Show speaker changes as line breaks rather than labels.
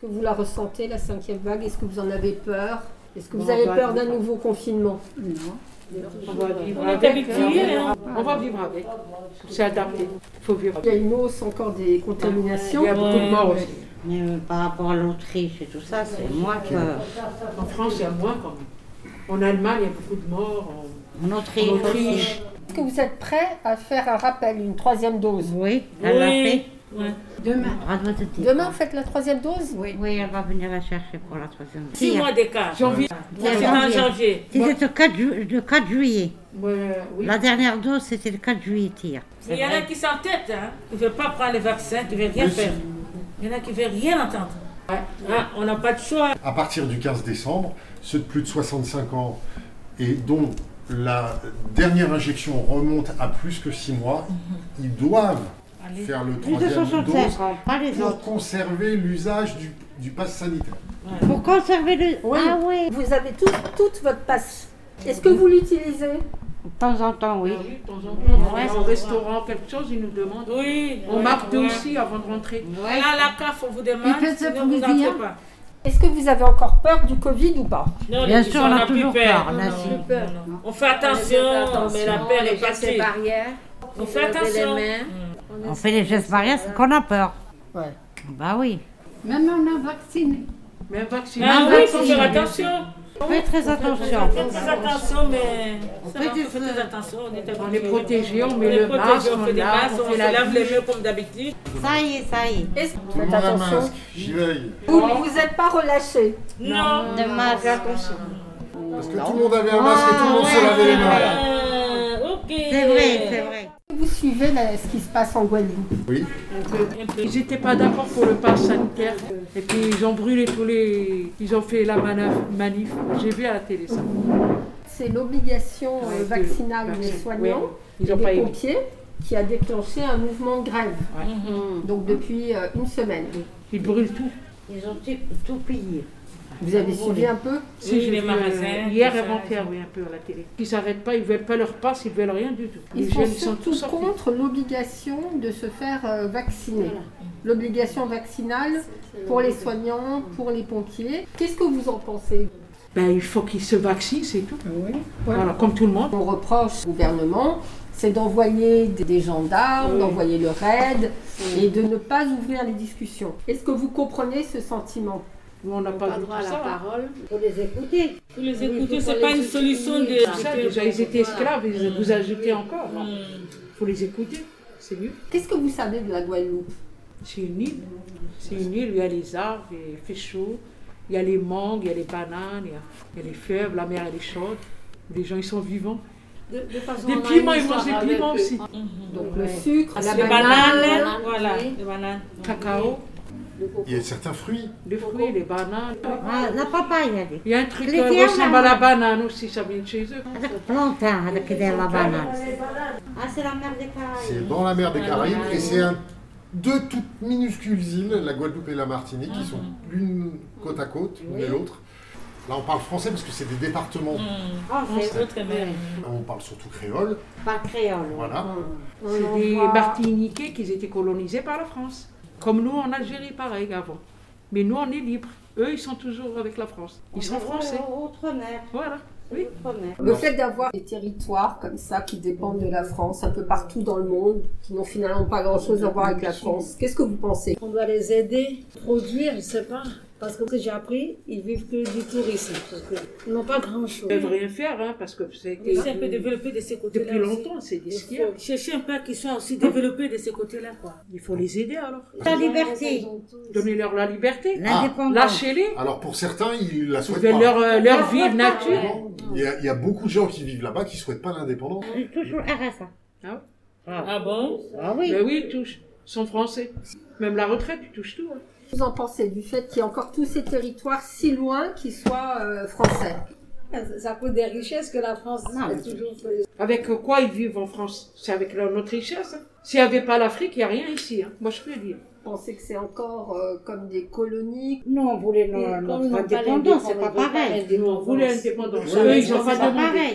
que vous la ressentez, la cinquième vague Est-ce que vous en avez peur Est-ce que vous
Bon,
avez
bah,
peur d'un
je-
nouveau confinement
Non. On va vivre
On est
avec.
habitué,
hein. On va vivre avec. C'est adapté. Il faut vivre
Il y
avec.
a une hausse encore des
Il
Ah,
contaminations.
y a beaucoup de morts aussi.
Mais euh, par rapport à l'Autriche et tout ça, c'est moins que.
En France, il y a moins quand même. En Allemagne, il y a beaucoup de morts. En-
En Autriche.
En Autriche.
Est-ce que vous êtes prêt à faire un rappel, une troisième dose
Oui, elle l'a fait.
Demain.
Radote-t-il.
Demain, vous faites la troisième dose Oui.
Oui, elle va venir la chercher pour la troisième.
Six mois d'écart.
Janvier.
C'est en janvier.
C'était le 4, ju- le 4 juillet.
Ouais, oui.
La dernière dose, c'était le 4 juillet hier.
Il y en a qui s'entêtent, hein, qui ne veulent pas prendre le vaccin, qui ne veulent rien faire. Il y en a qui ne veulent rien entendre. Ah, on n'a pas de choix.
À partir du 15 décembre, ceux de plus de 65 ans et dont la dernière injection remonte à plus que 6 mois, ils doivent
Allez.
faire le
Plus de
troisième
65
dose
ans, pas les
pour
autres.
conserver l'usage du, du pass sanitaire.
Pour conserver le.
Oui.
Ah oui.
Vous avez tout- toute votre passe. Est-ce que vous l'utilisez
De temps en temps, oui.
Oui, de temps en temps, on va
Ouais.
au restaurant, quelque chose, ils nous demandent.
Oui.
On
oui,
marque
oui.
nous aussi avant de rentrer.
Ouais.
Voilà, la CAF, on vous demande.
Et faites ça
sinon
pour
vous
les
n'entrez
clients.
pas.
Est-ce que vous avez encore peur du Covid ou pas
Non,
Bien
les-
sûr,
on
on a
n'a plus
toujours
peur.
peur, là,
Non,
si.
non, non. On fait attention, mais la peur est passée. On fait attention.
On fait les gestes barrières, c'est qu'on a peur.
Ouais.
Bah oui.
Même on a vacciné.
Même vacciné.
Ah oui, il faut faire
Merci.
attention.
Faites très attention.
Faites très attention, mais ça va,
fait des-
faites très attention. On est,
On est
habitués.
protégés, on met
On est
le
protégés,
masque,
on fait des
lave,
masques,
on
on
fait
se
la
lave les
bouche.
mains comme d'habitude.
Ça y est, ça y est.
Est-ce que
Tout le
faites
monde a un
attention
masque, j'y veille.
Vous ne vous êtes pas relâché.
Non.
De masque.
Parce que tout le monde avait un masque et tout le monde se lavait les mains.
Ah, ok.
C'est vrai, c'est vrai.
Vous suivez la- ce qui se passe en Guadeloupe.
Oui,
Ils n'étaient pas d'accord pour le pass sanitaire. Et puis ils ont brûlé tous les. Ils ont fait la manif. manif. J'ai vu à la télé ça.
C'est l'obligation euh,
Ouais, de-
vaccinale des
vacciner.
soignants,
Oui. Ils n'ont pas
des
aimé.
pompiers, qui a déclenché un mouvement de grève.
Ouais.
Donc depuis euh, une semaine.
Ils brûlent tout.
Ils ont tout payé.
Vous avez suivi un peu
Oui,
j'ai
les
vu,
magasins,
euh, hier
tout ça.
avant-hier, oui, un peu à la télé. Ils s'arrêtent pas, ils veulent pas leur passe, ils veulent rien du tout.
Ils
les
sont
jeunes, ils sont
surtout
tous sortis.
contre l'obligation de se faire euh, vacciner. L'obligation vaccinale pour les soignants, pour les pompiers. Qu'est-ce que vous en pensez
Ben, il faut qu'ils se vaccinent, c'est
Ah
tout. Voilà, comme tout le monde.
On reproche au gouvernement, c'est d'envoyer des des gendarmes, d'envoyer le raid et de ne pas ouvrir les discussions. Est-ce que vous comprenez ce sentiment
Nous, on n'a pas, vu tout ça.
hein.
Vous les écoutez, c'est pas une solution de.
Tout ça, déjà, ils étaient esclaves, ils vous ajoutez encore.
Hmm.
Il faut les écouter, c'est mieux.
Qu'est-ce que vous savez de la Guadeloupe
C'est une île. C'est une île, il y a les arbres, il fait chaud, il y a les mangues, il y a les bananes, il y a, il y a les fèves, la mer elle est chaude. Les gens ils sont vivants. des piments, ils mangent des piments aussi.
Donc le sucre, la
Ah, Les
banane,
bananes, voilà, les bananes.
Cacao,
il y a certains fruits.
les fruits, les bananes.
Ah, la papaye, elle est.
Il y a un truc
Les
qui
tiens,
ressemble à la banane aussi, ça vient de chez eux.
Avec plantain, avec des la banane. Ah, c'est la mère des Caraïbes.
C'est dans la mer des Caraïbes et c'est un- deux toutes minuscules îles, la Guadeloupe et la Martinique, qui sont l'une côte à côte, l'une et l'autre. Là, on parle français parce que c'est des départements.
Ah,
On
c'est
se très bien.
On parle surtout créole,
pas créole. oui.
voilà.
on
C'est
en
des
voit-
Martiniquais qui étaient colonisés par la France. Comme nous en Algérie, pareil, avant. Mais nous, on est libres. Eux, ils sont toujours avec la France. Ils sont français.
Outre-mer.
Voilà. hein. Oui.
Outre-mer.
Le fait d'avoir des territoires comme ça qui dépendent de la France un peu partout dans le monde, qui n'ont finalement pas grand-chose à voir avec la France, qu'est-ce que vous pensez
On doit les aider, produire, je sais pas. Parce que ce que j'ai appris, ils vivent que du tourisme. parce que ils n'ont pas grand-chose.
Ils ne peuvent rien faire, hein, parce que c'est
Ils sont un peu développés de ce côté-là.
depuis
aussi.
longtemps, c'est des
Il
skieurs.
faut chercher un peu qui soit aussi développé de ce côté-là, quoi.
Il faut les aider alors.
La liberté.
Donnez-leur la liberté. Ah,
L'indépendance.
Lâchez-les.
Alors pour certains, ils la souhaitent
Trouvez
pas.
leur, euh, leur vie de nature.
Il, y a, il y a beaucoup de gens qui vivent là-bas qui souhaitent pas l'indépendance.
Ils touchent le RSA.
Ah bon
Ah oui.
Mais oui, ils touchent. Ils sont français. Même la retraite, ils touchent tout. hein.
Vous en pensez du fait qu'il y a encore tous ces territoires si loin qui soient euh, français
Ça coûte des richesses que la France
Non,
a
mais-
toujours fait.
Avec quoi ils vivent en France C'est avec leur- notre richesse. hein. S'il n'y avait pas l'Afrique, il n'y a rien ici. hein. Moi, je peux le dire.
Vous pensez que c'est encore euh, comme des colonies
Nous, on voulait
Et
no-
comme ils
notre
n'ont pas
indépendance, c'est pas
l'indépendance,
pareil.
ils n'ont
Vous,
pas
voulez
l'indépendance.
l'indépendance.
Ouais.
Eux, ils n'ont
C'est
pas
pas
demandé.
pareil.